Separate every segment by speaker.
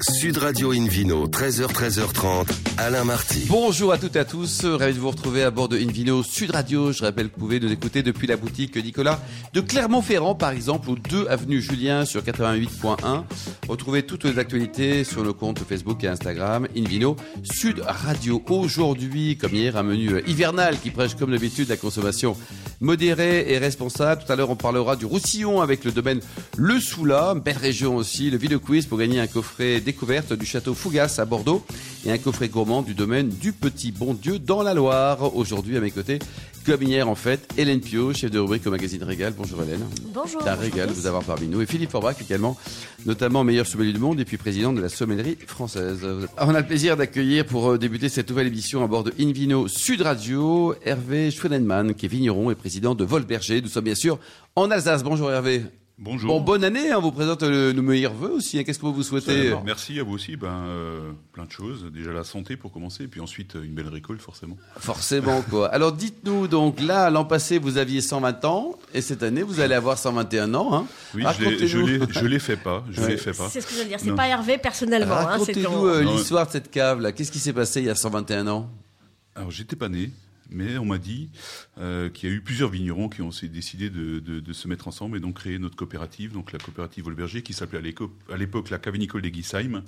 Speaker 1: Sud Radio Invino, 13h, 13h30, Alain Marty.
Speaker 2: Bonjour à toutes et à tous, ravi de vous retrouver à bord de Invino Sud Radio. Je rappelle que vous pouvez nous écouter depuis la boutique Nicolas de Clermont-Ferrand par exemple, ou 2 avenue Julien sur 88.1. Retrouvez toutes les actualités sur nos comptes Facebook et Instagram Invino Sud Radio. Aujourd'hui, comme hier, un menu hivernal qui prêche comme d'habitude la consommation modérée et responsable. Tout à l'heure, on parlera du Roussillon avec le domaine Le Soula, belle région aussi, le Ville Quiz pour gagner un coffret découverte du château Fougas à Bordeaux et un coffret gourmand du domaine du Petit Bon Dieu dans la Loire. Aujourd'hui à mes côtés, comme hier en fait, Hélène Pio, chef de rubrique au magazine Régal. Bonjour Hélène.
Speaker 3: Bonjour.
Speaker 2: C'est un régal de vous avoir parmi nous. Et Philippe Forbach également, notamment meilleur sommelier du monde et puis président de la sommellerie française. On a le plaisir d'accueillir pour euh, débuter cette nouvelle émission à bord de Invino Sud Radio, Hervé Schwellenmann, qui est vigneron et président de Volberger. Nous sommes bien sûr en Alsace. Bonjour Hervé.
Speaker 4: Bonjour.
Speaker 2: Bon, bonne année, hein. on vous présente euh, le, nos meilleurs voeux aussi. hein. Qu'est-ce que vous vous souhaitez
Speaker 4: Absolument. Euh, Merci à vous aussi. Ben, euh, plein de choses. Déjà la santé pour commencer, et puis ensuite euh, une belle récolte forcément.
Speaker 2: Forcément, quoi. Alors, dites-nous, donc, là, l'an passé, vous aviez 120 ans, et cette année, vous allez avoir 121 ans, hein.
Speaker 4: Oui, je l'ai- je
Speaker 2: Racontez-nous.
Speaker 4: l'ai, je l'ai fait pas. Je
Speaker 2: Ouais.
Speaker 4: l'ai fait pas.
Speaker 3: C'est ce que je veux dire. C'est
Speaker 4: Non.
Speaker 3: pas Hervé personnellement. hein, c'est
Speaker 2: Racontez-nous
Speaker 3: ton-
Speaker 2: euh,
Speaker 4: Non,
Speaker 2: l'histoire de cette cave-là. Qu'est-ce qui s'est passé il y a 121 ans
Speaker 4: Alors j'étais pas né, mais on m'a dit euh, qu'il y a eu plusieurs vignerons qui ont s'est décidé de, de- de se mettre ensemble et donc créer notre coopérative, donc la coopérative Volberger, qui s'appelait à l'éco- à l'époque la Cavinicole des Guisheim,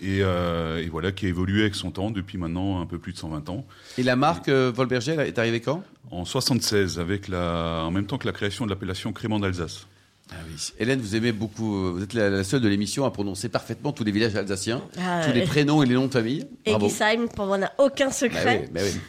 Speaker 4: et, euh, et voilà qui a évolué avec son temps depuis maintenant un peu plus de 120 ans.
Speaker 2: Et la marque euh, Volberger elle est arrivée quand
Speaker 4: En 76, avec la, en même temps que la création de l'appellation Crément d'Alsace.
Speaker 2: ah oui. Hélène, vous aimez beaucoup, euh, vous êtes la, la seule de l'émission à prononcer parfaitement tous les villages alsaciens,
Speaker 3: Ah,
Speaker 2: tous les
Speaker 3: et-
Speaker 2: prénoms et les noms de famille.
Speaker 3: Et
Speaker 2: Bravo.
Speaker 3: Guisheim, pour moi, n'a aucun
Speaker 2: Bah
Speaker 3: secret.
Speaker 2: oui, bah oui.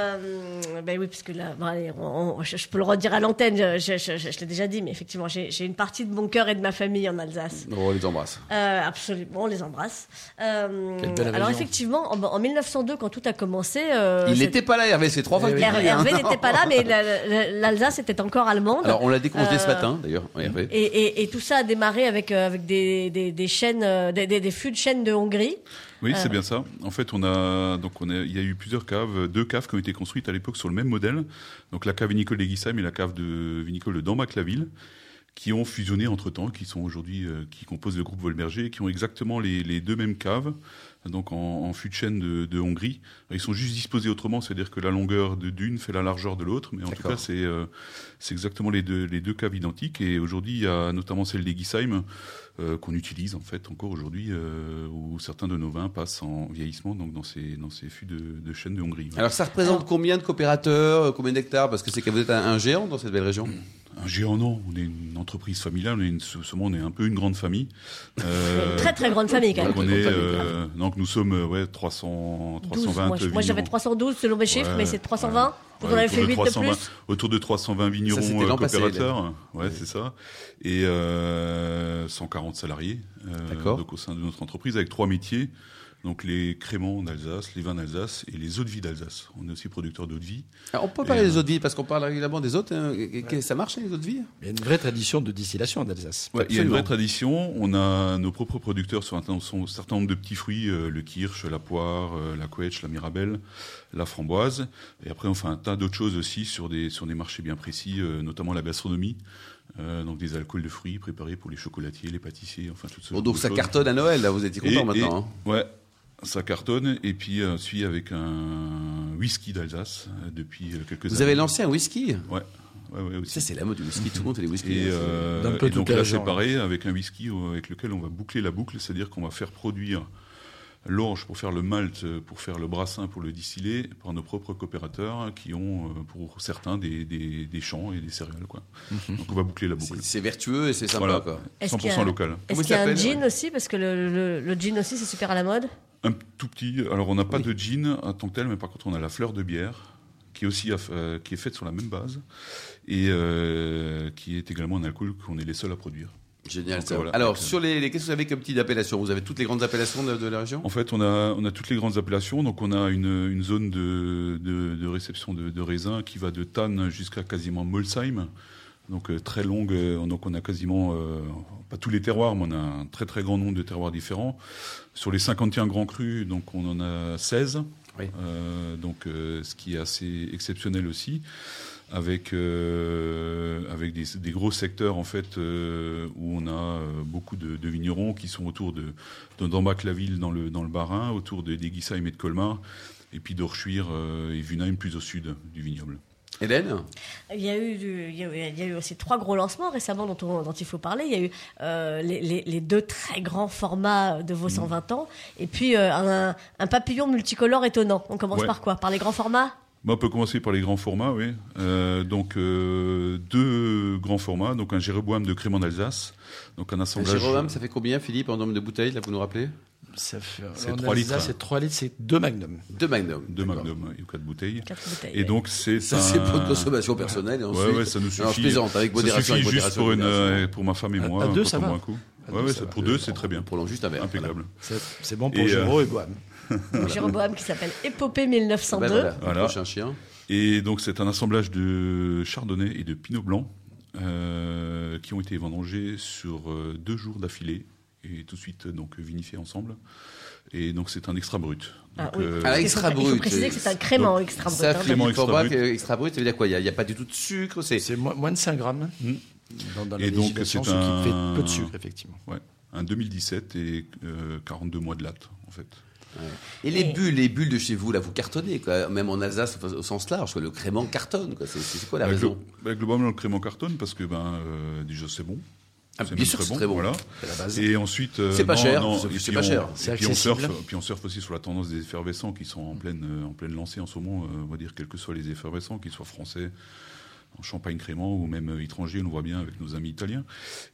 Speaker 3: Euh, ben oui, parce que là, bon, allez, on- on- je, je peux le redire à l'antenne, je, je- je- je l'ai déjà dit, mais effectivement, j'ai j'ai une partie de mon cœur et de ma famille en Alsace.
Speaker 2: Bon, Oh, on les embrasse.
Speaker 3: Euh, absolument, on les embrasse. Euh,
Speaker 2: Quelle belle
Speaker 3: alors
Speaker 2: région.
Speaker 3: effectivement, en, en 1902, quand tout a commencé, euh,
Speaker 2: Il
Speaker 3: c'est-
Speaker 2: n'était pas là, Hervé, c'est trois fois qu'il
Speaker 3: Her-
Speaker 2: dit, hein.
Speaker 3: Hervé n'était pas là, mais la- la- l'Alsace était encore allemande.
Speaker 2: Alors, on l'a découvert dès ce
Speaker 3: Euh,
Speaker 2: matin, d'ailleurs, Hervé.
Speaker 3: Et, et- et tout ça a démarré avec, euh, avec des, des, des chaînes, euh, des, des, des fûts de chaînes de Hongrie.
Speaker 4: Oui, c'est bien ça. En fait, on a donc on a, il y a eu plusieurs caves, euh, deux caves qui ont été construites à l'époque sur le même modèle. Donc la cave vinicole des Guisheim et la cave de vinicole de Dormac-la-Ville, qui ont fusionné entre temps, qui sont aujourd'hui euh, qui composent le groupe Volberger, et qui ont exactement les, les deux mêmes caves. Donc en, en fût de chêne de, de Hongrie, ils sont juste disposés autrement, c'est-à-dire que la longueur de d'une fait la largeur de l'autre, mais en tout
Speaker 2: D'accord.
Speaker 4: cas c'est euh, c'est exactement les deux les deux caves identiques. Et aujourd'hui, il y a notamment celle des Guisheim euh, qu'on utilise en fait encore aujourd'hui, euh, où certains de nos vins passent en vieillissement, donc dans ces, dans ces fûts de, de chêne de Hongrie.
Speaker 2: Alors ça représente combien de coopérateurs, euh, combien d'hectares Parce que c'est que vous êtes un, un géant dans cette belle région.
Speaker 4: Un géant, non, on est une entreprise familiale, on est, une, seulement on est un peu une grande famille. Euh,
Speaker 3: Très très grande famille quand même.
Speaker 4: donc on
Speaker 2: Grande
Speaker 4: est,
Speaker 2: famille,
Speaker 4: euh, donc nous sommes euh, ouais, 300,
Speaker 3: 12,
Speaker 4: 320
Speaker 3: moi, je- moi j'avais
Speaker 4: vignerons.
Speaker 3: 312 selon mes chiffres,
Speaker 4: Ouais,
Speaker 3: mais c'est 320. Vous
Speaker 4: Ouais,
Speaker 3: en avez
Speaker 4: autour
Speaker 3: fait
Speaker 4: de
Speaker 3: 8 de
Speaker 4: 320
Speaker 3: plus.
Speaker 4: Autour de 320
Speaker 2: Ça,
Speaker 4: vignerons
Speaker 2: c'était
Speaker 4: euh,
Speaker 2: l'an passé,
Speaker 4: coopérateurs. ouais, c'est ça. Et euh, 140 salariés euh,
Speaker 2: D'accord.
Speaker 4: donc au sein de notre entreprise avec trois métiers. Donc les créments d'Alsace, les vins d'Alsace et les eaux de vie d'Alsace. On est aussi producteur d'eau de vie.
Speaker 2: Alors, on peut parler
Speaker 4: Et,
Speaker 2: des autres villes, parce qu'on parle régulièrement des autres. hein. Et- et- Ça marche, les autres villes
Speaker 5: Il y a une vraie tradition de distillation en Alsace.
Speaker 4: Ouais, il y a une
Speaker 2: Absolument.
Speaker 4: vraie tradition. On a nos propres producteurs sur un, certain- sur un certain nombre de petits fruits, euh, le kirsch, la poire, euh, la couette, la mirabelle, la framboise. Et après, on fait un tas d'autres choses aussi sur des, sur des marchés bien précis, euh, notamment la gastronomie. Euh, donc des alcools de fruits préparés pour les chocolatiers, les pâtissiers, enfin tout ce
Speaker 2: Bon,
Speaker 4: genre
Speaker 2: Donc
Speaker 4: de
Speaker 2: ça
Speaker 4: choses.
Speaker 2: cartonne à Noël, là, vous étiez content
Speaker 4: Et-
Speaker 2: maintenant. hein.
Speaker 4: et- Ouais, ça cartonne. Et puis, euh, suis avec un whisky d'Alsace euh, depuis euh, quelques années.
Speaker 2: Vous avez lancé un whisky
Speaker 4: Ouais, ouais, ouais aussi.
Speaker 2: Ça, c'est la mode du whisky, tout le monde fait des
Speaker 4: Et,
Speaker 2: whiskies. hein.
Speaker 4: euh,
Speaker 5: D'un peu
Speaker 4: et donc
Speaker 5: toute la
Speaker 4: là,
Speaker 5: genre,
Speaker 4: c'est pareil, avec un whisky euh, avec lequel on va boucler la boucle, c'est-à-dire qu'on va faire produire l'orge pour faire le malt, euh, pour faire le brassin, pour le distiller, par nos propres coopérateurs qui ont, euh, pour certains, des, des- des champs et des céréales. Quoi. Donc on va boucler la boucle.
Speaker 2: C'est- C'est vertueux et c'est sympa,
Speaker 4: Voilà,
Speaker 2: quoi.
Speaker 3: Est-ce qu'il y a-
Speaker 4: 100% local.
Speaker 2: Comment
Speaker 3: Est-ce
Speaker 2: il
Speaker 3: qu'il y a un
Speaker 2: s'appelle
Speaker 3: jean aussi Parce que le, le, le jean aussi, c'est super à la mode.
Speaker 4: Un tout petit. Alors, on n'a pas de gin en tant que tel, mais par contre, on a la fleur de bière, qui est aussi aff- euh, qui est faite sur la même base et euh, qui est également un alcool qu'on est les seuls à produire.
Speaker 2: Génial,
Speaker 4: Donc,
Speaker 2: ça.
Speaker 4: voilà.
Speaker 2: Alors, sur les, les- qu'est-ce que vous avez comme petite appellation Vous avez toutes les grandes appellations de, de la région
Speaker 4: En fait, on a, on a toutes les grandes appellations. Donc, on a une, une zone de, de, de réception de, de raisins qui va de Tannes jusqu'à quasiment Molsheim. Donc, euh, très longue. euh, donc, on a quasiment, euh, pas tous les terroirs, mais on a un très, très grand nombre de terroirs différents. Sur les 51 grands crus, donc, on en a 16.
Speaker 2: Oui.
Speaker 4: Euh, donc, euh, ce qui est assez exceptionnel aussi. avec, euh, avec des, des gros secteurs en fait, euh, où on a euh, beaucoup de, de vignerons qui sont autour de, de d'Ambach-la-Ville dans le, dans le Bas-Rhin, autour de, d'Eguisheim et de Colmar, et puis d'Orchuir euh, et Wunheim plus au sud du vignoble.
Speaker 2: Hélène
Speaker 3: Il y, a eu du- il, y a eu, il y a eu aussi trois gros lancements récemment dont, on- dont il faut parler. Il y a eu euh, les, les- les deux très grands formats de
Speaker 4: Mm.
Speaker 3: vos 120 ans et puis euh, un, un papillon multicolore étonnant. On commence
Speaker 4: Ouais.
Speaker 3: par quoi Par les grands formats
Speaker 4: Bah, on peut commencer par les grands formats, oui. Euh, donc euh, deux grands formats, donc un Jéroboam de Crémant d'Alsace, donc un assemblage.
Speaker 2: Jérôme, ça fait combien, Philippe, en nombre de bouteilles, là, vous nous rappelez
Speaker 5: Ça fait,
Speaker 4: C'est
Speaker 5: en
Speaker 4: trois
Speaker 5: Alsace,
Speaker 4: litres. hein.
Speaker 5: C'est 3 litres, c'est 2 magnums.
Speaker 2: Deux magnums.
Speaker 4: de
Speaker 2: D'accord.
Speaker 4: Magnum et quatre bouteilles.
Speaker 3: Quatre bouteilles.
Speaker 4: Et donc c'est
Speaker 2: Ça, c'est pour une
Speaker 4: un-
Speaker 2: consommation personnelle. Et
Speaker 4: Ouais,
Speaker 2: ensuite...
Speaker 4: ouais, ça nous suffit.
Speaker 2: Alors, je plaisante, avec modération.
Speaker 4: ça suffit
Speaker 2: avec
Speaker 4: juste
Speaker 2: modération,
Speaker 4: pour, une,
Speaker 2: modération.
Speaker 4: euh, pour ma femme et
Speaker 5: À-
Speaker 4: moi.
Speaker 5: à deux,
Speaker 4: quand
Speaker 5: ça
Speaker 4: on
Speaker 5: va.
Speaker 4: boit Un coup.
Speaker 5: À
Speaker 4: Ouais,
Speaker 5: deux,
Speaker 4: ouais,
Speaker 5: ça
Speaker 4: c'est-
Speaker 5: va.
Speaker 4: pour deux, c'est très bien.
Speaker 2: On prolonge juste un verre.
Speaker 4: Impeccable.
Speaker 5: C'est c'est bon pour
Speaker 4: Et, euh,
Speaker 5: Géraud et Boam.
Speaker 3: Donc Jéroboam qui s'appelle Épopée
Speaker 2: Voilà.
Speaker 3: 1902.
Speaker 2: Ben voilà,
Speaker 4: Voilà.
Speaker 2: le prochain chien.
Speaker 4: Et donc, c'est un assemblage de chardonnay et de pinot blanc euh, qui ont été vendangés sur euh, deux jours d'affilée et tout de suite donc vinifiés ensemble. Et donc, c'est un extra brut.
Speaker 3: Ah
Speaker 4: Donc,
Speaker 3: oui.
Speaker 4: euh,
Speaker 2: Ah,
Speaker 3: Parce que
Speaker 2: extra
Speaker 3: faut- il faut
Speaker 2: brut.
Speaker 3: préciser que c'est un crément extra brut.
Speaker 2: Ça,
Speaker 3: hein.
Speaker 2: Clément
Speaker 4: Clément
Speaker 2: extra
Speaker 4: Extra
Speaker 2: brut.
Speaker 4: Brut.
Speaker 2: extra brut, ça veut dire quoi Il n'y a, pas du tout de sucre. C'est
Speaker 5: C'est moins, moins de 5 grammes dans, dans la
Speaker 4: Hmm. Et donc,
Speaker 5: législation,
Speaker 4: c'est
Speaker 5: ce
Speaker 4: un-
Speaker 5: qui fait peu de sucre, effectivement.
Speaker 4: ouais, un 2017 et euh, 42 mois de latte, en fait.
Speaker 2: Et les bulles, les bulles de chez vous, là, vous cartonnez, quoi. même en Alsace enfin, au sens large, quoi. le crément cartonne. quoi. C'est- C'est c'est quoi la
Speaker 4: Bah,
Speaker 2: raison
Speaker 4: glo- bah, globalement, le crément cartonne, parce que ben, euh, déjà, c'est bon.
Speaker 2: Ah,
Speaker 4: C'est
Speaker 2: bien
Speaker 4: même
Speaker 2: sûr que c'est très bon.
Speaker 4: Voilà.
Speaker 5: C'est la base.
Speaker 4: Et ensuite, euh,
Speaker 2: C'est pas
Speaker 4: non,
Speaker 2: cher,
Speaker 4: non,
Speaker 2: c'est-
Speaker 4: et
Speaker 2: c'est
Speaker 4: puis
Speaker 2: pas
Speaker 4: on-
Speaker 2: cher.
Speaker 5: C'est
Speaker 4: et puis on
Speaker 5: accessible.
Speaker 4: surfe, puis on surfe aussi sur la tendance des effervescents qui sont en pleine, euh, en pleine lancée en ce moment. euh, on va dire quels que soient les effervescents, qu'ils soient français, en champagne crément ou même euh, étrangers, on le voit bien avec nos amis italiens.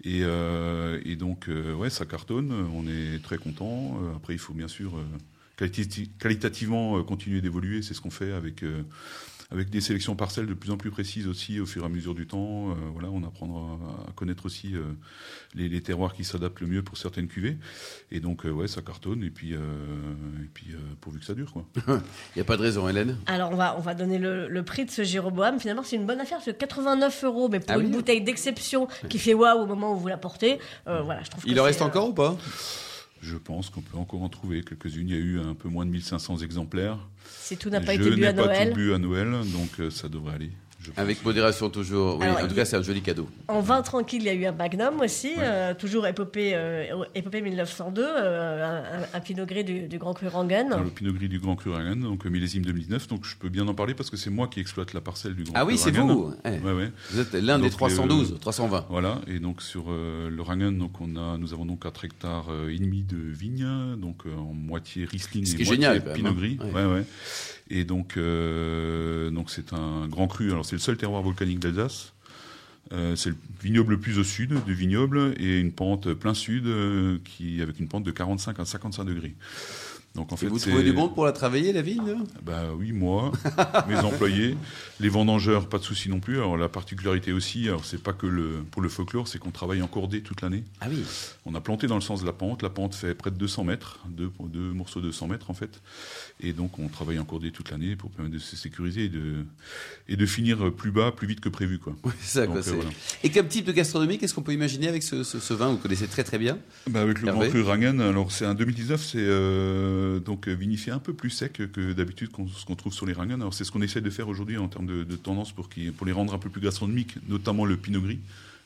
Speaker 4: Et, euh, et donc, euh, ouais, ça cartonne. euh, On est très content. Euh, après, il faut bien sûr euh, qualitati- qualitativement euh, continuer d'évoluer. C'est ce qu'on fait avec. euh, avec des sélections parcelles de plus en plus précises aussi au fur et à mesure du temps. Euh, voilà, on apprendra à connaître aussi euh, les, les terroirs qui s'adaptent le mieux pour certaines cuvées. Et donc, euh, ouais, ça cartonne. Et puis, euh, et puis euh, pourvu que ça dure, quoi.
Speaker 2: Il n'y a pas de raison, Hélène.
Speaker 3: Alors, on va, on va donner le, le prix de ce Jéroboam. Finalement, c'est une bonne affaire, parce que 89 euros, mais pour
Speaker 2: Ah
Speaker 3: une
Speaker 2: oui.
Speaker 3: bouteille d'exception qui fait waouh au moment où vous la portez, euh, voilà, je trouve que
Speaker 2: Hmm. Il en
Speaker 3: c'est,
Speaker 2: reste
Speaker 3: euh,
Speaker 2: encore ou pas
Speaker 4: Je pense qu'on peut encore en trouver quelques-unes. Il y a eu un peu moins de 1500 exemplaires.
Speaker 3: Si tout n'a pas
Speaker 4: je
Speaker 3: été bu
Speaker 4: n'ai
Speaker 3: à
Speaker 4: pas
Speaker 3: Noël.
Speaker 4: tout bu à Noël, donc euh, ça devrait aller. je pense.
Speaker 2: Avec modération toujours. Oui,
Speaker 3: Alors,
Speaker 2: en tout
Speaker 3: il-
Speaker 2: cas, c'est un joli cadeau.
Speaker 3: En vin tranquille, il y a eu un Magnum aussi, euh, toujours épopée, euh, épopée 1902, euh, un, un- un pinot gris du, du Grand Cru
Speaker 4: Dans
Speaker 3: Rangen.
Speaker 4: le Pinot Gris du Grand Cru Rangan, donc euh, millésime 2019. Donc je peux bien en parler parce que c'est moi qui exploite la parcelle du Grand
Speaker 2: Ah oui,
Speaker 4: Cru
Speaker 2: c'est
Speaker 4: Rangan.
Speaker 2: vous. Eh.
Speaker 4: Ouais, ouais.
Speaker 2: Vous êtes l'un des
Speaker 4: Donc, euh,
Speaker 2: 312,
Speaker 4: le-
Speaker 2: 320.
Speaker 4: Voilà, et donc sur euh, le Rangen, donc on a, nous avons donc 4 hectares euh, et demi de vignes, donc euh, en moitié Riesling
Speaker 2: Ce
Speaker 4: et
Speaker 2: qui est
Speaker 4: moitié
Speaker 2: génial, quand même,
Speaker 4: Pinot
Speaker 2: hein.
Speaker 4: Gris.
Speaker 2: Ouais.
Speaker 4: Ouais, ouais. Et donc euh, donc c'est un grand cru. Alors c'est le seul terroir volcanique d'Alsace. Euh, c'est le vignoble le plus au sud du vignoble et une pente plein sud euh, qui avec une pente de 45 à 55 degrés. Donc en
Speaker 2: Et
Speaker 4: fait,
Speaker 2: vous
Speaker 4: c'est-
Speaker 2: trouvez du monde pour la travailler, la vigne là
Speaker 4: bah oui, moi, mes employés, les vendangeurs, pas de souci non plus. Alors la particularité aussi, alors c'est pas que le, pour le folklore, c'est qu'on travaille en cordée toute l'année.
Speaker 2: Ah oui.
Speaker 4: On a planté dans le sens de la pente. La pente fait près de 200 mètres, deux, deux morceaux de 100 mètres en fait. Et donc on travaille en cordée toute l'année pour permettre de se sécuriser et de, et de finir plus bas, plus vite que prévu quoi.
Speaker 2: Oui, c'est ça,
Speaker 4: Donc,
Speaker 2: quoi,
Speaker 4: euh,
Speaker 2: c'est-
Speaker 4: voilà.
Speaker 2: Et quel type de gastronomie, qu'est-ce qu'on peut imaginer avec ce, ce- ce vin Vous connaissez très très bien.
Speaker 4: Bah, avec le
Speaker 2: Hervé.
Speaker 4: Grand Cru Rangen, alors c'est un 2019, c'est euh, donc euh, vinifié un peu plus sec que d'habitude qu'on- ce qu'on trouve sur les Rangen. Alors c'est ce qu'on essaie de faire aujourd'hui en termes de, de tendance pour, qu'ils- pour les rendre un peu plus gastronomiques, notamment le Pinot Gris.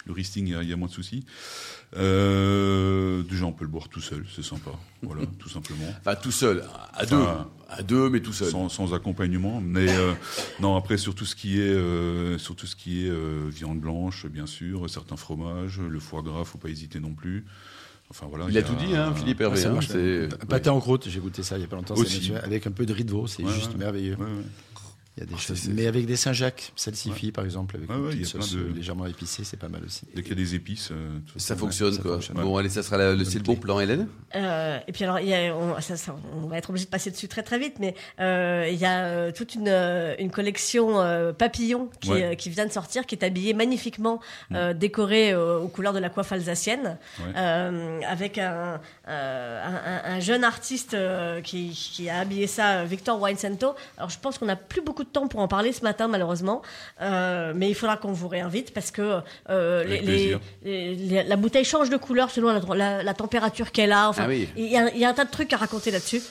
Speaker 4: Le Riesling, il y a- il y, a moins de soucis. Euh, déjà, on peut le boire tout seul, c'est sympa. Voilà, tout simplement.
Speaker 2: Enfin, tout seul. À deux.
Speaker 4: Enfin,
Speaker 2: à deux, mais tout seul.
Speaker 4: Sans, sans accompagnement, mais euh, non après sur tout ce qui est euh, sur tout ce qui est euh, viande blanche bien sûr, certains fromages, le foie gras, faut pas hésiter non plus. Enfin voilà.
Speaker 2: Il a
Speaker 4: y
Speaker 2: tout dit, hein, Philippe
Speaker 4: Ah,
Speaker 2: Hervé.
Speaker 5: Ah, Ça
Speaker 2: hein,
Speaker 5: marche.
Speaker 2: c'est-
Speaker 5: Un Pâté en croûte, j'ai goûté ça il n'y a pas longtemps, c'est
Speaker 4: Aussi.
Speaker 5: naturel, avec un peu de riz de veau, c'est
Speaker 4: Ouais,
Speaker 5: juste
Speaker 4: ouais.
Speaker 5: merveilleux.
Speaker 4: Ouais, ouais.
Speaker 5: Il y a des
Speaker 2: Ah,
Speaker 5: choses-
Speaker 2: c'est- c'est-
Speaker 5: Mais avec des Saint-Jacques, salsifis par exemple, avec
Speaker 4: Ouais,
Speaker 5: une
Speaker 4: ouais, il y
Speaker 5: petite
Speaker 4: a
Speaker 5: sauce
Speaker 4: plein de-
Speaker 5: légèrement épicée, c'est pas mal aussi.
Speaker 4: Dès qu'il y a des épices, euh, tout
Speaker 2: Ça
Speaker 4: ça.
Speaker 2: fonctionne,
Speaker 5: ça
Speaker 2: quoi.
Speaker 5: fonctionne.
Speaker 2: Bon, allez, ça sera la- le, c'est le bon plan, Hélène.
Speaker 3: Euh, et puis alors, il y a, on, ça- ça, on va être obligé de passer dessus très très vite, mais euh, il y a euh, toute une, euh, une collection euh, papillon qui,
Speaker 4: Ouais. Mm.
Speaker 3: euh, qui vient de sortir, qui est habillée magnifiquement, euh, décorée euh, aux couleurs de la coiffe alsacienne,
Speaker 4: Ouais.
Speaker 3: euh, avec un, euh, un, un- un jeune artiste euh, qui, qui a habillé ça, euh, Victor Wincento. Alors je pense qu'on n'a plus beaucoup de temps pour en parler ce matin malheureusement, euh, mais il faudra qu'on vous réinvite parce que euh, les,
Speaker 4: Avec plaisir.
Speaker 3: les- les- la bouteille change de couleur selon la, la- la température qu'elle a. Enfin,
Speaker 2: Ah oui.
Speaker 3: il y, a- il y a un tas de trucs à raconter là-dessus.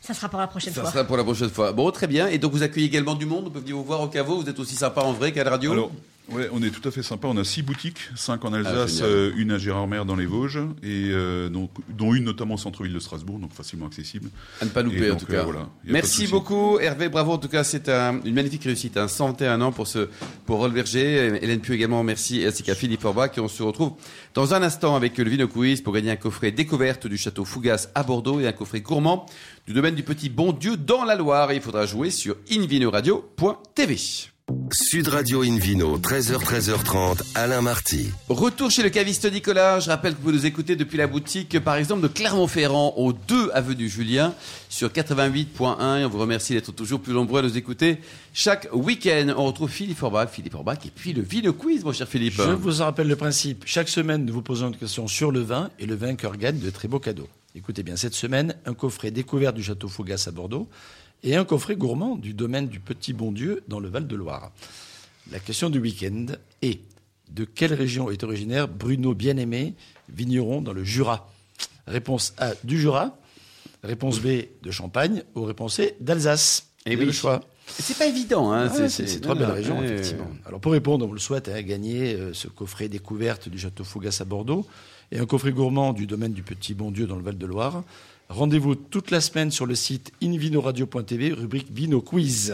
Speaker 3: Ça sera pour la prochaine
Speaker 2: Ça
Speaker 3: fois.
Speaker 2: sera pour la prochaine fois. Bon, très bien. Et donc, vous accueillez également du monde. On peut venir vous voir au caveau. Vous êtes aussi sympa en vrai qu'à la radio.
Speaker 4: Alors, ouais, on est tout à fait sympa. On a six boutiques, cinq en Alsace,
Speaker 2: Ah, génial.
Speaker 4: euh, une à Gérardmer dans les Vosges, et euh, donc, dont une notamment au centre-ville de Strasbourg, donc facilement accessible.
Speaker 2: À ne pas
Speaker 4: Et
Speaker 2: louper, en
Speaker 4: donc,
Speaker 2: tout
Speaker 4: euh,
Speaker 2: cas.
Speaker 4: voilà, y a pas de
Speaker 2: Merci
Speaker 4: souci.
Speaker 2: beaucoup, Hervé. Bravo, en tout cas, c'est un- une magnifique réussite. Hein. 121 ans pour ce pour Roll Berger. Et Hélène Pieux également, merci. Ainsi qu'à Philippe Orbach. Et on se retrouve dans un instant avec le Vino Quiz pour gagner un coffret découverte du château Fougas à Bordeaux et un coffret gourmand du domaine du Petit Bon Dieu dans la Loire. Et il faudra jouer sur invinoradio.tv.
Speaker 1: Sud Radio Invino, 13h, 13h30, Alain Marty.
Speaker 2: Retour chez le caviste Nicolas. Je rappelle que vous nous écoutez depuis la boutique, par exemple, de Clermont-Ferrand, au 2 avenue Julien, sur 88.1. Et on vous remercie d'être toujours plus nombreux à nous écouter chaque week-end. On retrouve Philippe Orbach, Philippe Orbach, et puis le Vino Quiz, mon cher Philippe.
Speaker 5: Je vous en rappelle le principe. Chaque semaine, nous vous posons une question sur le vin et le vainqueur gagne de très beaux cadeaux. Écoutez bien, cette semaine, un coffret découvert du château Fougas à Bordeaux et un coffret gourmand du domaine du Petit Bon Dieu dans le Val-de-Loire. La question du week-end est de quelle région est originaire Bruno Bien-Aimé, vigneron dans le Jura Réponse A du Jura, réponse B de Champagne ou réponse C d'Alsace.
Speaker 2: Eh
Speaker 5: Vous avez
Speaker 2: oui.
Speaker 5: le choix.
Speaker 2: C'est pas évident, hein.
Speaker 5: Ah, c'est c'est trois
Speaker 2: non,
Speaker 5: belles
Speaker 2: non,
Speaker 5: régions,
Speaker 2: ouais.
Speaker 5: effectivement. Alors pour répondre, on vous le souhaite, hein, gagner euh, ce coffret découverte du château Fougas à Bordeaux et un coffret gourmand du domaine du Petit Bon Dieu dans le Val-de-Loire. Rendez-vous toute la semaine sur le site invinoradio.tv, rubrique Vino Quiz.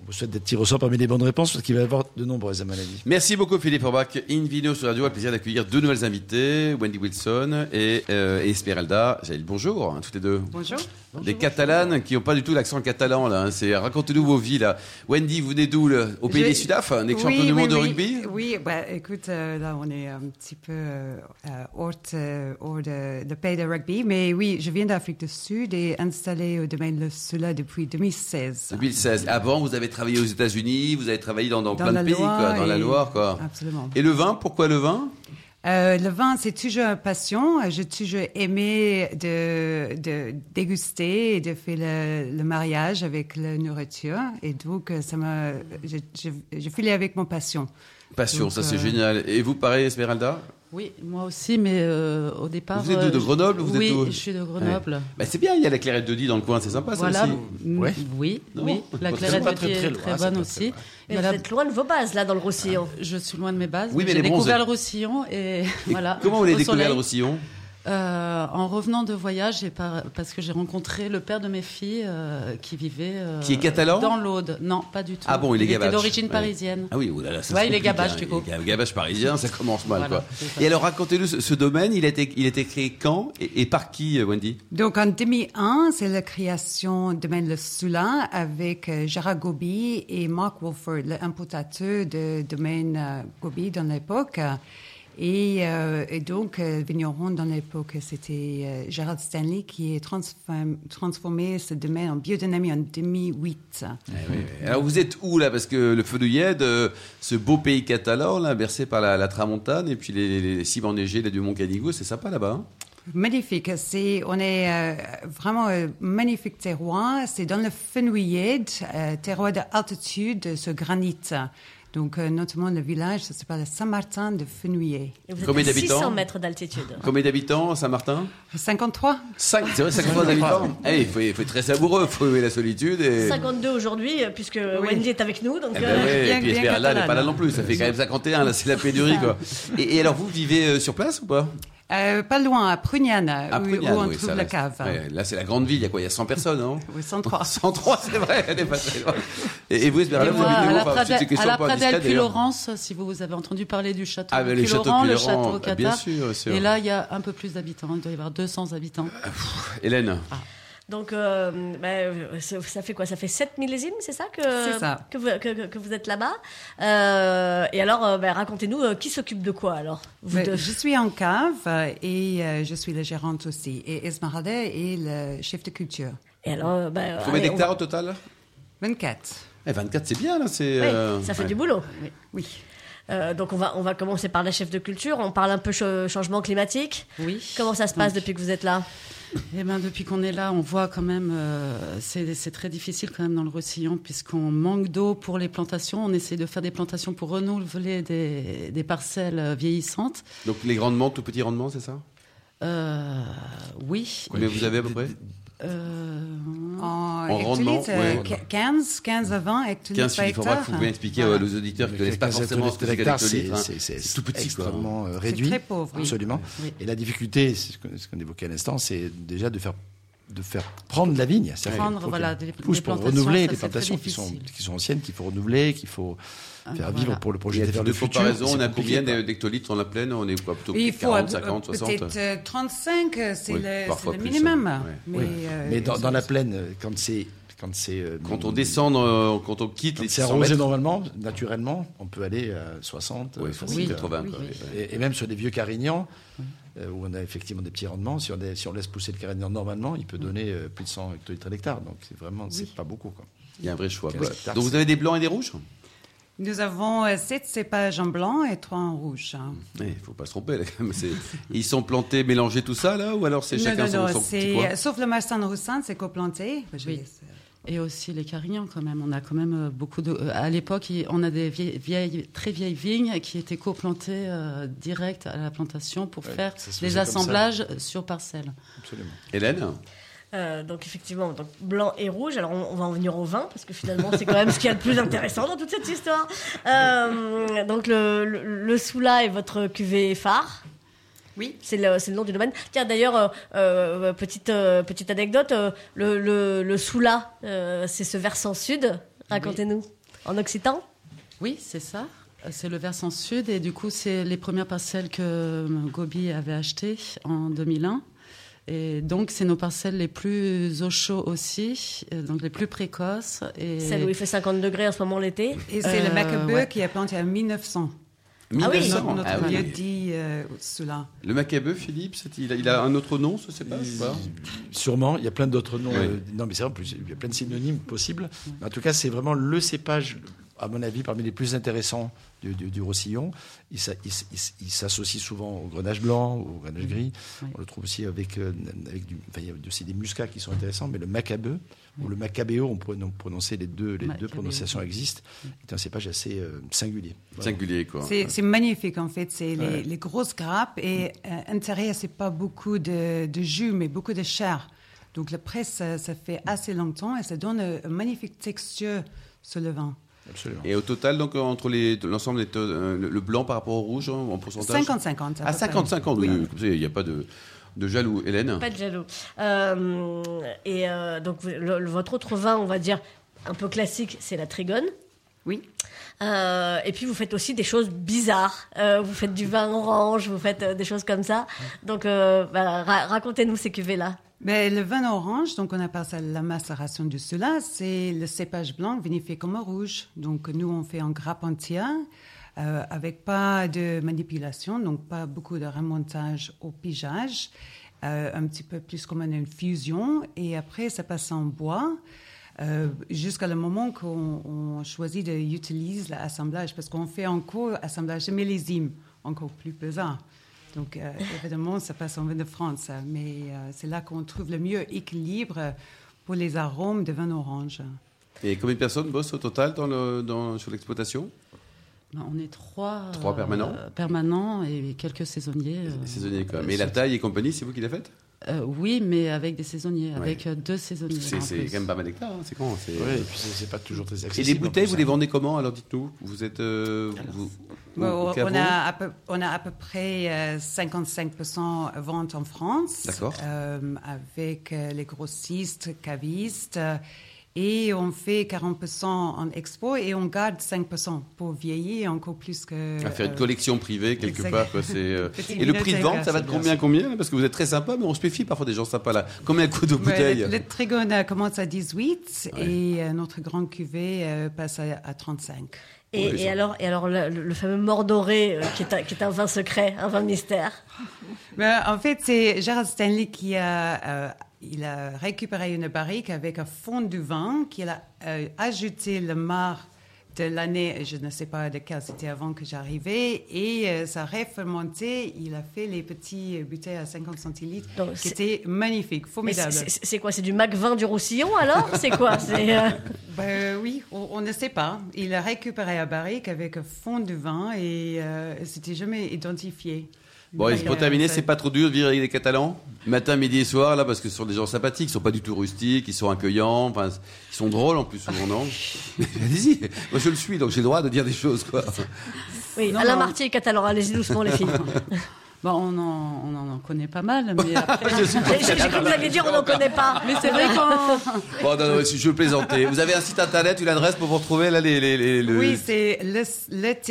Speaker 5: On vous souhaite d'être tiré au sort parmi les bonnes réponses parce qu'il va y avoir de nombreuses à mon avis.
Speaker 2: Merci beaucoup Philippe Orbach. In Vino sur Radio, a le plaisir d'accueillir deux nouvelles invités, Wendy Wilson et, euh, et Esmeralda. J'allais le bonjour, hein, toutes les deux.
Speaker 6: Bonjour.
Speaker 2: Des Catalanes qui n'ont pas du tout l'accent catalan là. hein. C'est racontez-nous vos vies là. Wendy, vous venez d'où le- Au pays
Speaker 6: Je-
Speaker 2: des Sudaf, un
Speaker 6: Oui,
Speaker 2: ex-champion du
Speaker 6: oui,
Speaker 2: monde de
Speaker 6: oui.
Speaker 2: rugby.
Speaker 6: Oui, bah, écoute, euh, là on est un petit peu euh, euh, hors, euh, hors de, de pays de rugby, mais oui, je viens d'Afrique du Sud et installée au domaine de Sula depuis 2016.
Speaker 2: 2016. Avant, Ah vous avez travaillé aux États-Unis, vous avez travaillé dans, dans plein de
Speaker 6: la
Speaker 2: pays,
Speaker 6: Loire
Speaker 2: quoi, dans la
Speaker 6: et-
Speaker 2: Loire, quoi.
Speaker 6: Absolument.
Speaker 2: Et le vin, pourquoi le vin
Speaker 6: Euh, le vin, c'est toujours une passion. J'ai toujours aimé de, de déguster et de faire le, le mariage avec la nourriture. Et donc, euh, ça m'a, je, je, je filais avec mon passion.
Speaker 2: Passion,
Speaker 6: Donc,
Speaker 2: ça c'est
Speaker 6: euh,
Speaker 2: génial. Et vous, pareil, Esmeralda
Speaker 7: Oui, moi aussi, mais euh, au départ.
Speaker 2: Vous êtes d'où, de
Speaker 7: euh,
Speaker 2: Grenoble ou vous êtes
Speaker 7: Oui,
Speaker 2: d'où
Speaker 7: je suis de Grenoble.
Speaker 2: Bah, C'est bien, il y a la clairette de Die dans le coin, c'est sympa ça
Speaker 7: Voilà.
Speaker 2: aussi.
Speaker 7: Mm,
Speaker 5: Ouais.
Speaker 7: Oui,
Speaker 2: Non.
Speaker 7: oui. La
Speaker 2: Pas
Speaker 7: clairette
Speaker 5: très
Speaker 7: de
Speaker 5: très,
Speaker 7: Thiers
Speaker 5: très
Speaker 7: est
Speaker 5: loin,
Speaker 7: très
Speaker 2: Ah,
Speaker 5: c'est
Speaker 7: bonne
Speaker 5: pas
Speaker 7: aussi.
Speaker 5: très
Speaker 7: Il
Speaker 3: Mais
Speaker 7: y a
Speaker 3: vous
Speaker 7: la-
Speaker 3: êtes loin de vos bases, là, dans le Roussillon.
Speaker 7: Je suis loin de mes bases.
Speaker 2: Oui, mais
Speaker 7: J'ai
Speaker 2: les bronzés.
Speaker 7: découvert le Roussillon et
Speaker 2: Et
Speaker 7: voilà.
Speaker 2: Comment vous l'avez
Speaker 7: au
Speaker 2: découvert
Speaker 7: soleil.
Speaker 2: le Roussillon
Speaker 7: Euh, En revenant de voyage, et par- parce que j'ai rencontré le père de mes filles euh, qui vivait. euh,
Speaker 2: Qui est catalan
Speaker 7: Dans l'Aude. Non, pas du tout.
Speaker 2: Ah bon, il est
Speaker 7: était
Speaker 2: gabage.
Speaker 7: d'origine
Speaker 2: Ouais.
Speaker 7: parisienne.
Speaker 2: Ah oui, oh là là, ça
Speaker 7: Ouais,
Speaker 2: se
Speaker 7: il est
Speaker 2: complique,
Speaker 7: gabage,
Speaker 2: hein.
Speaker 7: du coup.
Speaker 2: Il est Gabage parisien, ça commence mal,
Speaker 7: Voilà,
Speaker 2: quoi.
Speaker 7: c'est ça.
Speaker 2: Et alors, racontez-nous ce, ce domaine, il a été, il a été créé quand et, et par qui, euh, Wendy
Speaker 6: Donc, en 2001, c'est la création de Maine Le Soulin avec euh, Gérard Gobi et Mark Wolford, l'importateur de domaine euh, Gobi dans l'époque. Et, euh, et donc, euh, vigneron dans l'époque, c'était euh, Gérald Stanley qui a transformé, transformé ce domaine en biodynamie en 2008.
Speaker 2: Alors vous êtes où là Parce que le feu de Yed, euh, ce beau pays catalan, là, bercé par la, la tramontane et puis les, les, les cimes enneigées là, du Mont Canigou, c'est sympa là-bas. hein
Speaker 6: Magnifique. C'est, on est euh, vraiment un magnifique terroir. C'est dans le Fenouillède, euh, terroir d'altitude euh, sur granit. Donc, euh, notamment le village, ça s'appelle Saint-Martin de Fenouillet.
Speaker 3: Et vous
Speaker 2: Combien
Speaker 3: êtes à
Speaker 2: d'habitants
Speaker 3: 600 mètres d'altitude.
Speaker 2: Combien d'habitants à Saint-Martin
Speaker 6: 53
Speaker 2: 5, c'est vrai, 53 habitants. Eh, Il faut, il faut être très savoureux, il faut aimer la solitude. Et...
Speaker 3: 52 aujourd'hui, euh, puisque Wendy est avec nous. Donc,
Speaker 2: Eh ben
Speaker 3: euh,
Speaker 2: ouais,
Speaker 6: Bien-
Speaker 2: et puis
Speaker 6: bien
Speaker 2: Esmeralda
Speaker 6: catalane,
Speaker 2: n'est pas là
Speaker 6: hein.
Speaker 2: non plus, ça fait quand même 51, là c'est la pénurie quoi. Et, et alors vous vivez euh, sur place ou pas
Speaker 6: Euh, pas loin, à Prugnane,
Speaker 2: À
Speaker 6: où,
Speaker 2: Prugnane,
Speaker 6: où on
Speaker 2: oui,
Speaker 6: trouve
Speaker 2: ça
Speaker 6: la
Speaker 2: reste.
Speaker 6: cave. hein.
Speaker 2: Ouais, là c'est la grande ville, il y a quoi Il y a 100 personnes, non
Speaker 6: Oui, 103.
Speaker 2: 103, c'est vrai, elle est pas très loin. Et, et vous,
Speaker 7: Et
Speaker 2: Esmeralda, vous
Speaker 7: moi,
Speaker 2: habitez
Speaker 7: à
Speaker 2: où
Speaker 7: la,
Speaker 2: Enfin, c'est une
Speaker 7: Pradelle- à
Speaker 2: question
Speaker 7: la
Speaker 2: pas
Speaker 7: Pradelle
Speaker 2: indiscrète,
Speaker 7: puis
Speaker 2: d'ailleurs.
Speaker 7: Laurence, si vous avez entendu parler du château
Speaker 2: Ah, mais les châteaux
Speaker 7: Puy-Laurent, le
Speaker 2: Puy-Laurent,
Speaker 7: château au
Speaker 2: bah, bien
Speaker 7: Qatar.
Speaker 2: sûr, Ah c'est
Speaker 7: et
Speaker 2: vrai.
Speaker 7: là, il y a un peu plus d'habitants. hein, Il doit y avoir 200 habitants.
Speaker 2: Hélène
Speaker 3: donc euh, bah, euh, ça ça fait quoi Ça fait 7 millésimes, c'est ça que,
Speaker 6: C'est ça.
Speaker 3: Que, vous, que- que- que vous êtes là-bas Euh, Et alors, euh, bah, racontez-nous, euh, qui s'occupe de quoi alors vous
Speaker 6: Mais
Speaker 3: deux
Speaker 6: Je suis en cave euh, et euh, je suis la gérante aussi. Et Esmeralda est le chef de culture.
Speaker 3: Et alors, euh, bah,
Speaker 2: Combien
Speaker 3: allez, on-
Speaker 2: d'hectares au total
Speaker 6: 24.
Speaker 2: Eh, 24, c'est bien, là. C'est,
Speaker 3: Oui,
Speaker 2: euh,
Speaker 3: ça fait
Speaker 2: ouais.
Speaker 3: du boulot.
Speaker 6: Oui.
Speaker 3: Euh, donc on va, on va commencer par la chef de culture, on parle un peu ch- changement climatique.
Speaker 7: Oui.
Speaker 3: Comment ça se passe
Speaker 7: Donc,
Speaker 3: depuis que vous êtes là
Speaker 7: Eh ben, depuis qu'on est là, on voit quand même, euh, c'est c'est très difficile quand même dans le Roussillon, puisqu'on manque d'eau pour les plantations. On essaie de faire des plantations pour renouveler des, des parcelles euh, vieillissantes.
Speaker 2: Donc les grands rendements, tout petits rendements, c'est ça
Speaker 7: Euh, oui.
Speaker 2: Combien vous avez à peu près
Speaker 7: Euh,
Speaker 6: En,
Speaker 2: rendement,
Speaker 6: hectolitres, euh,
Speaker 2: ouais.
Speaker 6: qu- 15, 15 à 20 hectolitres
Speaker 2: 15
Speaker 6: par
Speaker 2: il faudra
Speaker 6: hectare.
Speaker 2: que vous pouvez expliquer
Speaker 6: Voilà.
Speaker 2: euh, aux auditeurs qui ne connaissent pas
Speaker 5: Quelques
Speaker 2: forcément ce que c'est qu'un
Speaker 5: hectolitres, c'est-
Speaker 2: hectolitre. hein.
Speaker 5: c'est- c'est
Speaker 2: C'est tout petit, quoi.
Speaker 5: extrêmement euh, réduit.
Speaker 6: très pauvre, oui.
Speaker 5: Absolument.
Speaker 7: Oui.
Speaker 5: Et la difficulté, c'est ce que- ce qu'on évoquait à l'instant, c'est déjà de faire de faire prendre la vigne, c'est-à-dire
Speaker 7: Prendre,
Speaker 5: qu'il faut
Speaker 7: voilà,
Speaker 5: qu'elle
Speaker 7: des-
Speaker 5: pousse
Speaker 7: des
Speaker 5: pour
Speaker 7: plantations,
Speaker 5: renouveler
Speaker 7: ça,
Speaker 5: des
Speaker 7: c'est très
Speaker 5: plantations qui sont,
Speaker 7: difficile.
Speaker 5: qui sont anciennes, qu'il faut renouveler, qu'il faut
Speaker 7: Ah,
Speaker 5: faire
Speaker 7: voilà.
Speaker 5: vivre pour le
Speaker 2: Et à
Speaker 5: projeter
Speaker 2: titre
Speaker 5: vers
Speaker 2: de
Speaker 5: le futur.
Speaker 2: comparaison,
Speaker 5: c'est
Speaker 2: on a
Speaker 5: compliqué,
Speaker 2: combien
Speaker 5: quoi.
Speaker 2: d'hectolitres dans la plaine On est quoi, plutôt
Speaker 6: Il faut
Speaker 2: 40,
Speaker 6: euh,
Speaker 2: 50, 60
Speaker 6: peut-être euh, 35, euh, c'est
Speaker 2: Oui,
Speaker 6: le- c'est
Speaker 2: parfois
Speaker 6: le,
Speaker 2: plus,
Speaker 6: minimum.
Speaker 2: hein, ouais.
Speaker 6: Mais,
Speaker 5: Oui.
Speaker 6: euh,
Speaker 5: Mais dans,
Speaker 6: c'est-
Speaker 5: dans la plaine, euh, quand c'est quand c'est euh,
Speaker 2: Quand on descend, euh, quand on quitte
Speaker 5: quand
Speaker 2: les
Speaker 5: c'est
Speaker 2: 600
Speaker 5: arrosé
Speaker 2: mètres,
Speaker 5: normalement, naturellement, on peut aller à 60,
Speaker 2: ouais,
Speaker 5: euh,
Speaker 2: ça,
Speaker 5: facile.
Speaker 2: c'est 80.
Speaker 7: oui,
Speaker 2: quoi,
Speaker 7: oui.
Speaker 2: ouais.
Speaker 5: Et, et même sur des vieux carignans, euh, où on a effectivement des petits rendements, si on, est- si on laisse pousser le carignan normalement, il peut donner euh, plus de 100 hectolitres à l'hectare. Donc c'est vraiment, c'est pas beaucoup. Quoi.
Speaker 2: Il y a un vrai choix.
Speaker 5: Quel
Speaker 2: quoi.
Speaker 5: hectare,
Speaker 2: Donc vous
Speaker 5: c'est-
Speaker 2: avez des blancs et des rouges
Speaker 6: Nous avons 7 cépages en blanc et 3 en rouge. hein.
Speaker 2: Il Eh, faut pas se tromper. là, quand même, c'est- Ils sont plantés, mélangés tout ça là Ou alors c'est chacun son, son
Speaker 6: c'est- euh,
Speaker 2: petit coin
Speaker 6: sauf le Marsan Roussan, c'est coplanté. Je
Speaker 7: Oui.
Speaker 6: laisse- euh,
Speaker 7: Et aussi les Carignans, quand même. On a quand même euh, beaucoup de. euh, À l'époque, il- on a des vieilles, vieilles- très vieilles vignes qui étaient coplantées euh, direct à la plantation pour
Speaker 5: Ouais,
Speaker 7: faire
Speaker 5: ça se faisait
Speaker 7: des
Speaker 5: comme
Speaker 7: assemblages euh, sur parcelle.
Speaker 5: Absolument.
Speaker 2: Hélène
Speaker 3: Euh, donc effectivement, donc blanc et rouge. Alors on, on va en venir au vin parce que finalement c'est quand même ce qu'il y a de plus intéressant dans toute cette histoire. Euh, donc le, le, le Soula est votre cuvée phare.
Speaker 6: Oui.
Speaker 3: C'est le, c'est le nom du domaine. Tiens d'ailleurs euh, euh, petite euh, petite anecdote. euh, le le, le Soula, euh, c'est ce versant sud. Racontez-nous en occitan.
Speaker 7: Oui, c'est ça. Euh, C'est le versant sud et du coup, c'est les premières parcelles que euh, Gobi avait achetées en 2001. Et donc, c'est nos parcelles les plus au chaud aussi, euh, donc les plus précoces. Et
Speaker 3: Celle où il fait 50 degrés en ce moment l'été.
Speaker 6: Et c'est
Speaker 7: Euh,
Speaker 6: le Macabre
Speaker 7: ouais.
Speaker 6: qui est planté en 1900.
Speaker 3: Ah oui.
Speaker 2: 1900.
Speaker 6: Notre, notre
Speaker 2: Ah oui.
Speaker 6: vieux dit euh, Soula.
Speaker 2: Le macabeu, Philippe, c'est- il a, il a un autre nom, ça c'est pas, je sais pas.
Speaker 5: Sûrement, il y a plein d'autres noms.
Speaker 2: Oui.
Speaker 5: euh, non, mais c'est vrai, en plus, il y a plein de synonymes possibles. Mais en tout cas, c'est vraiment le cépage, à mon avis, parmi les plus intéressants du, du- du Roussillon. Il, s'a- il s- il s- il s'associe souvent au grenage blanc, au grenage gris.
Speaker 7: Oui.
Speaker 5: On le trouve aussi avec, euh, avec du, enfin, il y a aussi des muscats qui sont intéressants, mais le macabeu ou le macabéo, on pourrait donc prononcer les deux, les deux
Speaker 7: Macabéo.
Speaker 5: prononciations existent, est un cépage assez euh, singulier. Voilà.
Speaker 2: Singulier quoi.
Speaker 6: C'est c'est magnifique en fait, c'est les, les grosses grappes et euh, l'intérieur c'est pas beaucoup de, de jus mais beaucoup de chair. Donc la presse ça, ça fait assez longtemps et ça donne euh, une magnifique texture sur le vin.
Speaker 5: Absolument.
Speaker 2: Et au total, donc entre les- l'ensemble des to- euh, le le blanc par rapport au rouge hein, en pourcentage
Speaker 6: 50-50.
Speaker 2: À 50-50, oui, oui, comme ça, il n'y a pas de, de jaloux. Hélène
Speaker 3: Pas de jaloux. Euh, et euh, donc le- le- votre autre vin, on va dire un peu classique, c'est la Trigone.
Speaker 6: Oui.
Speaker 3: Euh, et puis vous faites aussi des choses bizarres. Euh, vous faites du vin orange, vous faites euh, des choses comme ça. Donc euh, bah, ra- racontez-nous ces cuvées-là.
Speaker 6: Mais Ben, le vin orange, donc on appelle ça la macération du Sula, c'est le cépage blanc vinifié comme un rouge. Donc nous, on fait en grappe entière, euh, avec pas de manipulation, donc pas beaucoup de remontage au pigeage, euh, un petit peu plus comme une fusion, et après ça passe en bois. euh, jusqu'à le moment qu'on on choisit d'utiliser l'assemblage, parce qu'on fait encore assemblage de millésime, encore plus pesant. Donc, euh, évidemment, ça passe en vin de France, hein, mais euh, c'est là qu'on trouve le mieux équilibre euh, pour les arômes de vin orange.
Speaker 2: Et combien de personnes bossent au total dans le, dans, sur l'exploitation
Speaker 7: Ben, on est trois.
Speaker 2: Trois
Speaker 7: euh,
Speaker 2: permanents.
Speaker 7: permanents et quelques saisonniers. euh,
Speaker 2: Saisonnier quoi.
Speaker 7: euh,
Speaker 2: Mais la
Speaker 7: sur-
Speaker 2: taille et compagnie, c'est vous qui la faites
Speaker 7: Euh, oui, mais avec des saisonniers, avec euh, deux saisonniers.
Speaker 2: C'est
Speaker 7: en
Speaker 2: c'est
Speaker 7: plus.
Speaker 2: quand même pas mal d'hectares, hein, c'est grand. c'est-
Speaker 5: Ouais, et puis c'est- c'est pas toujours très
Speaker 2: Et
Speaker 5: accessible.
Speaker 2: les
Speaker 5: en
Speaker 2: bouteilles,
Speaker 5: plus,
Speaker 2: vous
Speaker 5: hein.
Speaker 2: les vendez comment Alors dites-nous, vous êtes. euh, vous- au-
Speaker 6: Ouais,
Speaker 2: au
Speaker 6: on,
Speaker 2: caveau
Speaker 6: a à peu, on a à peu près euh, 55% vente en France,
Speaker 2: D'accord.
Speaker 6: euh, avec euh, les grossistes, cavistes, euh, et on fait 40% en expo et on garde 5% pour vieillir encore plus que...
Speaker 2: à faire une
Speaker 6: euh,
Speaker 2: collection privée quelque
Speaker 6: exact.
Speaker 2: part. quoi, c'est, euh,
Speaker 6: Petite
Speaker 2: Et le prix de
Speaker 6: bibliothèque,
Speaker 2: vente, ça va de
Speaker 6: c'est bien
Speaker 2: combien à combien Parce que vous êtes très sympa, mais on se méfie parfois des gens sympas là. Combien coûte aux
Speaker 6: Ouais,
Speaker 2: bouteilles
Speaker 6: le, le Trigone euh, commence à 18
Speaker 2: Ouais.
Speaker 6: et euh, notre grande cuvée euh, passe à, à 35.
Speaker 3: Et,
Speaker 2: Oui,
Speaker 3: et
Speaker 2: ça-
Speaker 3: alors, et alors le, le fameux Mordoré, euh, qui, est un, qui est un vin secret, un vin mystère.
Speaker 7: Ah,
Speaker 6: Mais Ben, en fait, c'est Gerald Stanley qui a, euh, il a récupéré une barrique avec un fond du vin qu'il a euh, ajouté le mar de l'année, je ne sais pas de quelle c'était avant que j'arrivais, et euh, ça a réfermenté. Il a fait les petits bouteilles à 50 centilitres
Speaker 3: Donc,
Speaker 6: qui
Speaker 3: c'est-
Speaker 6: étaient magnifiques,
Speaker 3: Mais
Speaker 6: formidables.
Speaker 3: c'est- c'est c'est quoi C'est du Mac vin du Roussillon alors C'est quoi C'est euh,
Speaker 6: Ben oui, on, on ne sait pas. Il a récupéré à barrique avec un fond de vin et euh, c'était jamais identifié.
Speaker 2: Bon, et pour terminer, c'est pas trop dur de vivre avec des Catalans Matin, midi et soir, là, parce que ce sont des gens sympathiques, ils sont pas du tout rustiques, ils sont accueillants, enfin, ils sont drôles en plus souvent, non Ah, Allez-y, moi je le suis, donc j'ai le droit de dire des choses, quoi.
Speaker 3: Oui,
Speaker 7: Non,
Speaker 3: Alain
Speaker 7: non.
Speaker 3: Marty est catalan, allez-y doucement les filles.
Speaker 7: Bon, on, en, on en connaît pas mal, mais après...
Speaker 2: Je suis pas
Speaker 3: J'ai j'ai cru que vous alliez dire on n'en connaît pas.
Speaker 7: Mais c'est vrai qu'en
Speaker 2: Bon, non, non, je je plaisantais. Vous avez un site internet, une adresse pour vous retrouver, là, les... les, les- le-
Speaker 6: Oui, c'est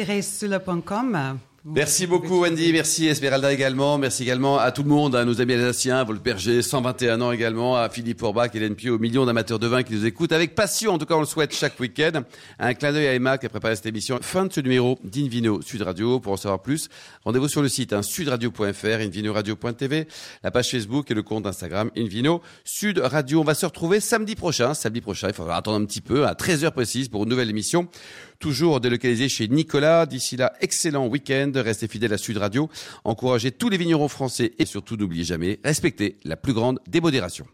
Speaker 6: le-sous-le.com.
Speaker 2: Merci beaucoup Wendy, merci Esmeralda également, merci également à tout le monde, à nos amis alsaciens, Volperger, 121 ans également, à Philippe Orbach, Hélène Pio, aux millions d'amateurs de vin qui nous écoutent avec passion, en tout cas on le souhaite chaque week-end. Un clin d'œil à Emma qui a préparé cette émission. Fin de ce numéro d'Invino Sud Radio, pour en savoir plus, rendez-vous sur le site hein, sudradio.fr, invinoradio.tv, la page Facebook et le compte Instagram Invino Sud Radio. On va se retrouver samedi prochain, samedi prochain, il faudra attendre un petit peu, à 13h précise pour une nouvelle émission toujours délocalisé chez Nicolas. D'ici là, excellent week-end. Restez fidèles à Sud Radio. Encouragez tous les vignerons français et surtout n'oubliez jamais, respectez la plus grande démodération.